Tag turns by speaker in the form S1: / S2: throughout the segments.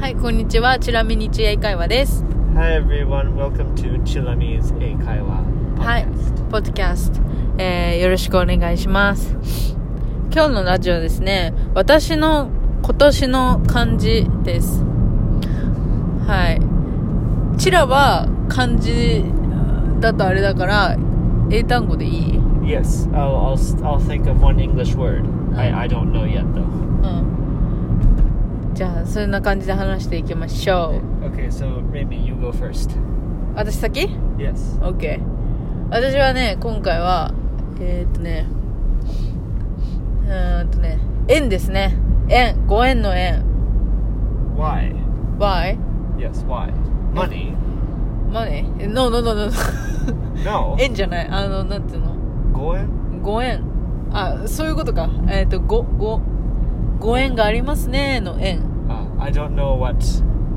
S1: はい、こんにちは。チラミ日英会話です。
S2: Hi everyone, welcome to Chilami's Eikaiwa
S1: はい
S2: podcast.、
S1: ポッドキャスト、えーよろしくお願いします。今日のラジオですね、私の今年の漢字です。はい。チラは漢字だとあれだから、英単語でいい
S2: Yes, I'll, I'll, I'll think of one English word. I, I don't know yet though.
S1: うん。じゃあ、そんな感じで話していきましょう。
S2: Okay, so Remy, you go first.
S1: 私先
S2: Yes.
S1: OK 私はね今回はえーっとねうーんとね円ですね円5円の円
S2: Why?
S1: Why?
S2: Yes, why? Money?
S1: まあね No no no no
S2: No.
S1: 円じゃないあのなんていうの
S2: Goen?
S1: 5円あそういうことかえーっと55円がありますねの円
S2: Uh, I don't know what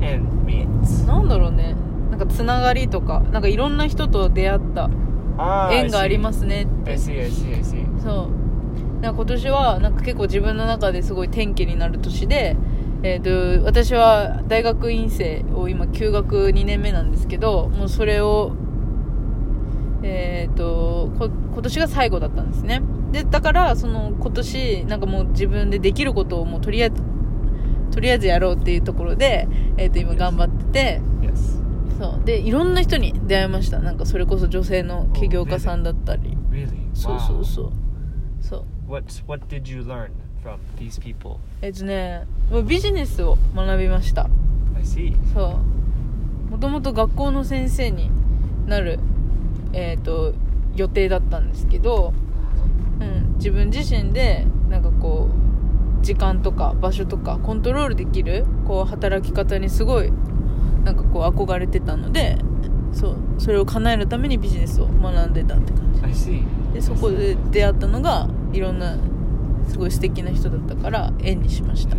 S2: N means.
S1: なんだろうねなんかつながりとかなんかいろんな人と出会った
S2: Ah, I
S1: 縁があり
S2: see.
S1: ますねって
S2: I see, I see, I see.
S1: そうなんか今年はなんか結構自分の中ですごい転機になる年で、えー、と私は大学院生を今休学2年目なんですけどもうそれを、えー、とこ今年が最後だったんですねでだからその今年なんかもう自分でできることをもうとりあえずとりあえずやろうっていうところで、えー、と今頑張ってて。
S2: Yes.
S1: そうでいろんな人に出会いましたなんかそれこそ女性の起業家さんだったり
S2: Really?
S1: そう
S2: Wow.
S1: そうそうそう
S2: What, what did you learn from these people?
S1: えっとねもうビジネスを学びました
S2: I see.
S1: そうもともと学校の先生になる、えっと予定だったんですけど、うん、自分自身でなんかこう時間とか場所とかコントロールできるこう働き方にすごいなんかこう憧れてたのでそうそれを叶えるためにビジネスを学んでたって感じ
S2: I see.
S1: でそこで出会ったのがいろんなすごい素敵な人だったから縁にしました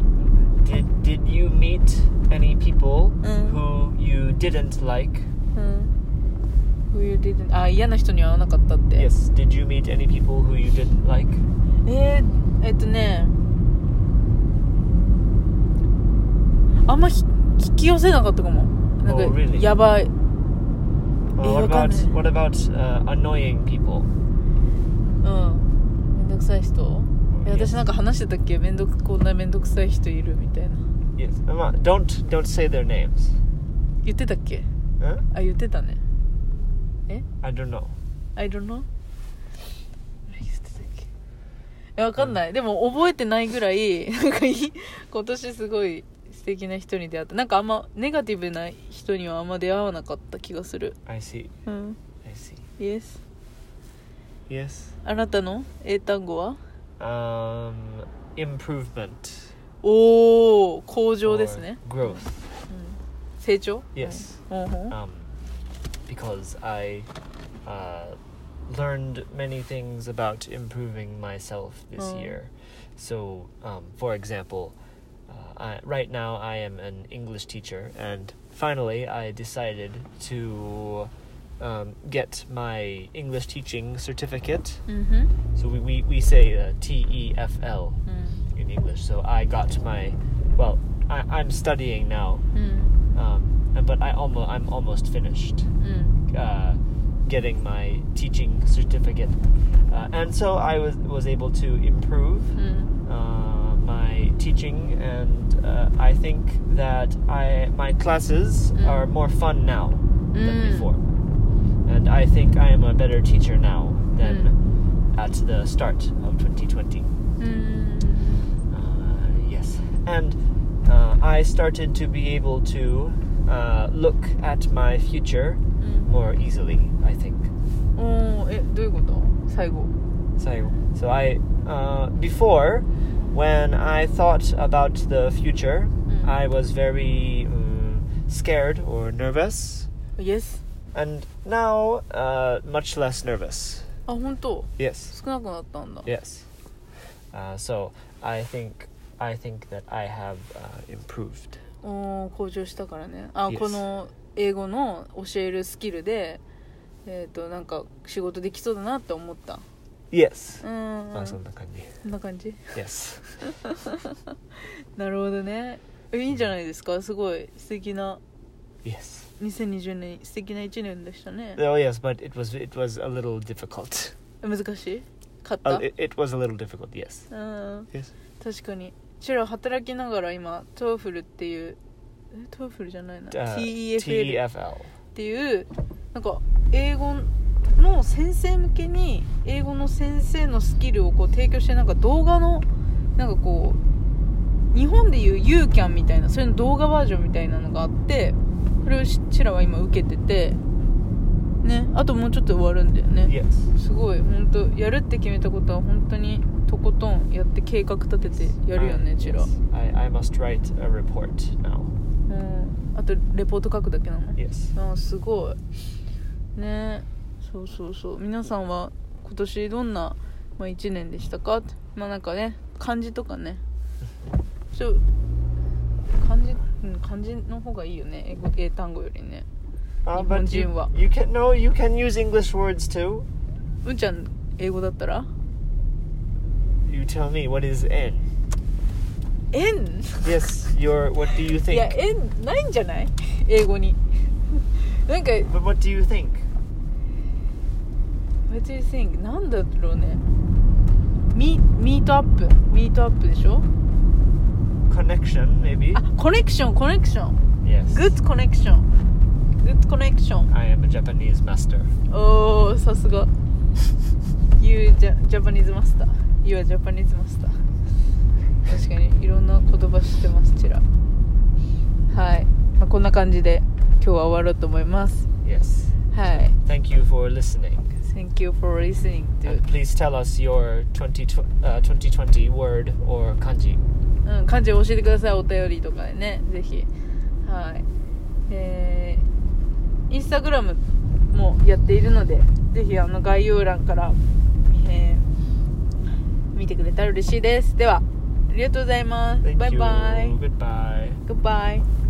S2: Did did you meet any people
S1: Mm.
S2: who you didn't like?
S1: うん Who you didn't- あ嫌な人には会わなかったって、
S2: Yes. Did you meet any people who you didn't like?
S1: えー、えっとねあんまひ引き寄せなかったかもなんか
S2: Oh, really?
S1: やばい
S2: Or what
S1: Eh,
S2: about
S1: wakame.
S2: what about uh, annoying people?
S1: うんめんどくさい人え
S2: Yes.
S1: 私なんか話してたっけめんどくこんなめんどくさい人いるみたいな
S2: Yes. Um, uh, Don't don't say their names.
S1: 言ってたっけ
S2: Huh?
S1: あ言ってたね
S2: I don't know.
S1: I don't know 言ってたっけえわかんない、でも覚えてないぐらい なんかいい今年すごい素敵な人に出会ったなんかあんまネガティブな人にはあんま出会わなかった気がする
S2: I see.
S1: うん
S2: I see.
S1: Yes
S2: Yes.
S1: あなたの英単語は
S2: Um, improvement.
S1: おお向上
S2: or
S1: ですね
S2: Growth.
S1: 成長
S2: Yes.
S1: うんうん
S2: Um, because I uh, learned many things about improving myself this
S1: Oh.
S2: year. So, um, for example, uh, I, right now I am an English teacher, and finally I decided to um, get my English teaching certificate.
S1: うんふん
S2: So we, we, we say uh, T E F L
S1: う
S2: in English. So I got my, well, I, I'm studying now,
S1: んうん
S2: um, but I almost, I'm almost finished
S1: うん
S2: uh, getting my teaching certificate, uh, and so I was was able to improve
S1: うん
S2: uh, my teaching, and uh, I think that I my classes
S1: Mm.
S2: are more fun now
S1: Mm.
S2: than before, and I think I am a better teacher now
S1: Mm.
S2: than at the start of 2020.
S1: うん
S2: Uh, yes. And uh, I started to be able to uh, look at my future
S1: うん
S2: more easily, I think.
S1: おーえどういうこと最後
S2: So, so I, uh, before, when I thought about the future,
S1: Mm.
S2: I was very um, scared or nervous.
S1: Yes
S2: And now, uh, much less nervous.
S1: あ本当
S2: Yes.
S1: 少なくなったんだ
S2: Yes. Uh, so I think I think that I have uh, improved.
S1: おー向上したからねあ、
S2: Yes.
S1: この英語の教えるスキルでえっ、となんか仕事できそうだなって思った
S2: Yes.
S1: うーん
S2: あそんな感じ。
S1: そんな感じ
S2: Yes.
S1: なるほどねえいいんじゃないですかすごい素敵な
S2: Yes.
S1: 2020年素敵な1年でしたね
S2: Oh yes, but it was it was a little difficult.
S1: 難しい買っ
S2: Uh,
S1: た
S2: it, it was a little difficult. Yes.
S1: うん
S2: Yes.
S1: 確かにチェロ働きながら今トーフルっていうえトーフルじゃないな
S2: Uh,
S1: TEFL
S2: TEFL.
S1: っていうなんか英語の先生向けに英語の先生のスキルをこう提供してなんか動画のなんかこう日本でいうユーキャンみたいなそれの動画バージョンみたいなのがあってそれをしちらは今受けててねあともうちょっと終わるんだよね
S2: Yes.
S1: すごい本当やるって決めたことは本当にとことんやって計画立ててやるよ
S2: Uh,
S1: ねチラ、
S2: yes. I, I must write a report now.
S1: うん、あとレポート書くだけなの
S2: Yes.
S1: あーすごいねそうそうそう皆さんは今年どんな、まあ、1年でしたかまあなんかね漢字とかねちょ漢字うん漢字の方がいいよね英語英単語よりね
S2: Uh, but you,
S1: 日本人は。
S2: you can no, you can use English words too.
S1: うんちゃん英語だったら
S2: You tell me what is n.
S1: 円
S2: Yes, your what do you
S1: いや
S2: think?
S1: 円ないんじゃない 英語になんか
S2: But what do you think?
S1: What do you think? なんだろうねミミートアップミートアップでしょ
S2: Connection maybe.
S1: あコネクションコネクション
S2: Yes.
S1: Ah, Good connection. Good connection.
S2: I am a Japanese master.
S1: おー、さすが。You Ja- Japanese master. You are Japanese master. 確かにいろんな言葉知ってます、ちら。はい。まあ、こんな感じで今日は終わろうと思います。
S2: Yes.
S1: はい。
S2: Thank you for listening.
S1: Thank you for listening to.
S2: And please tell us your 20, uh, 2020 word or kanji.
S1: うん、漢字を教えてください、お便りとかでね。ぜひ。はい。えー、インスタグラムもやっているので、ぜひあの概要欄から、えー見てくれたら嬉しいです。では、ありがとうございます。
S2: Thank
S1: バイ
S2: you.
S1: バイ。
S2: Goodbye.
S1: Goodbye.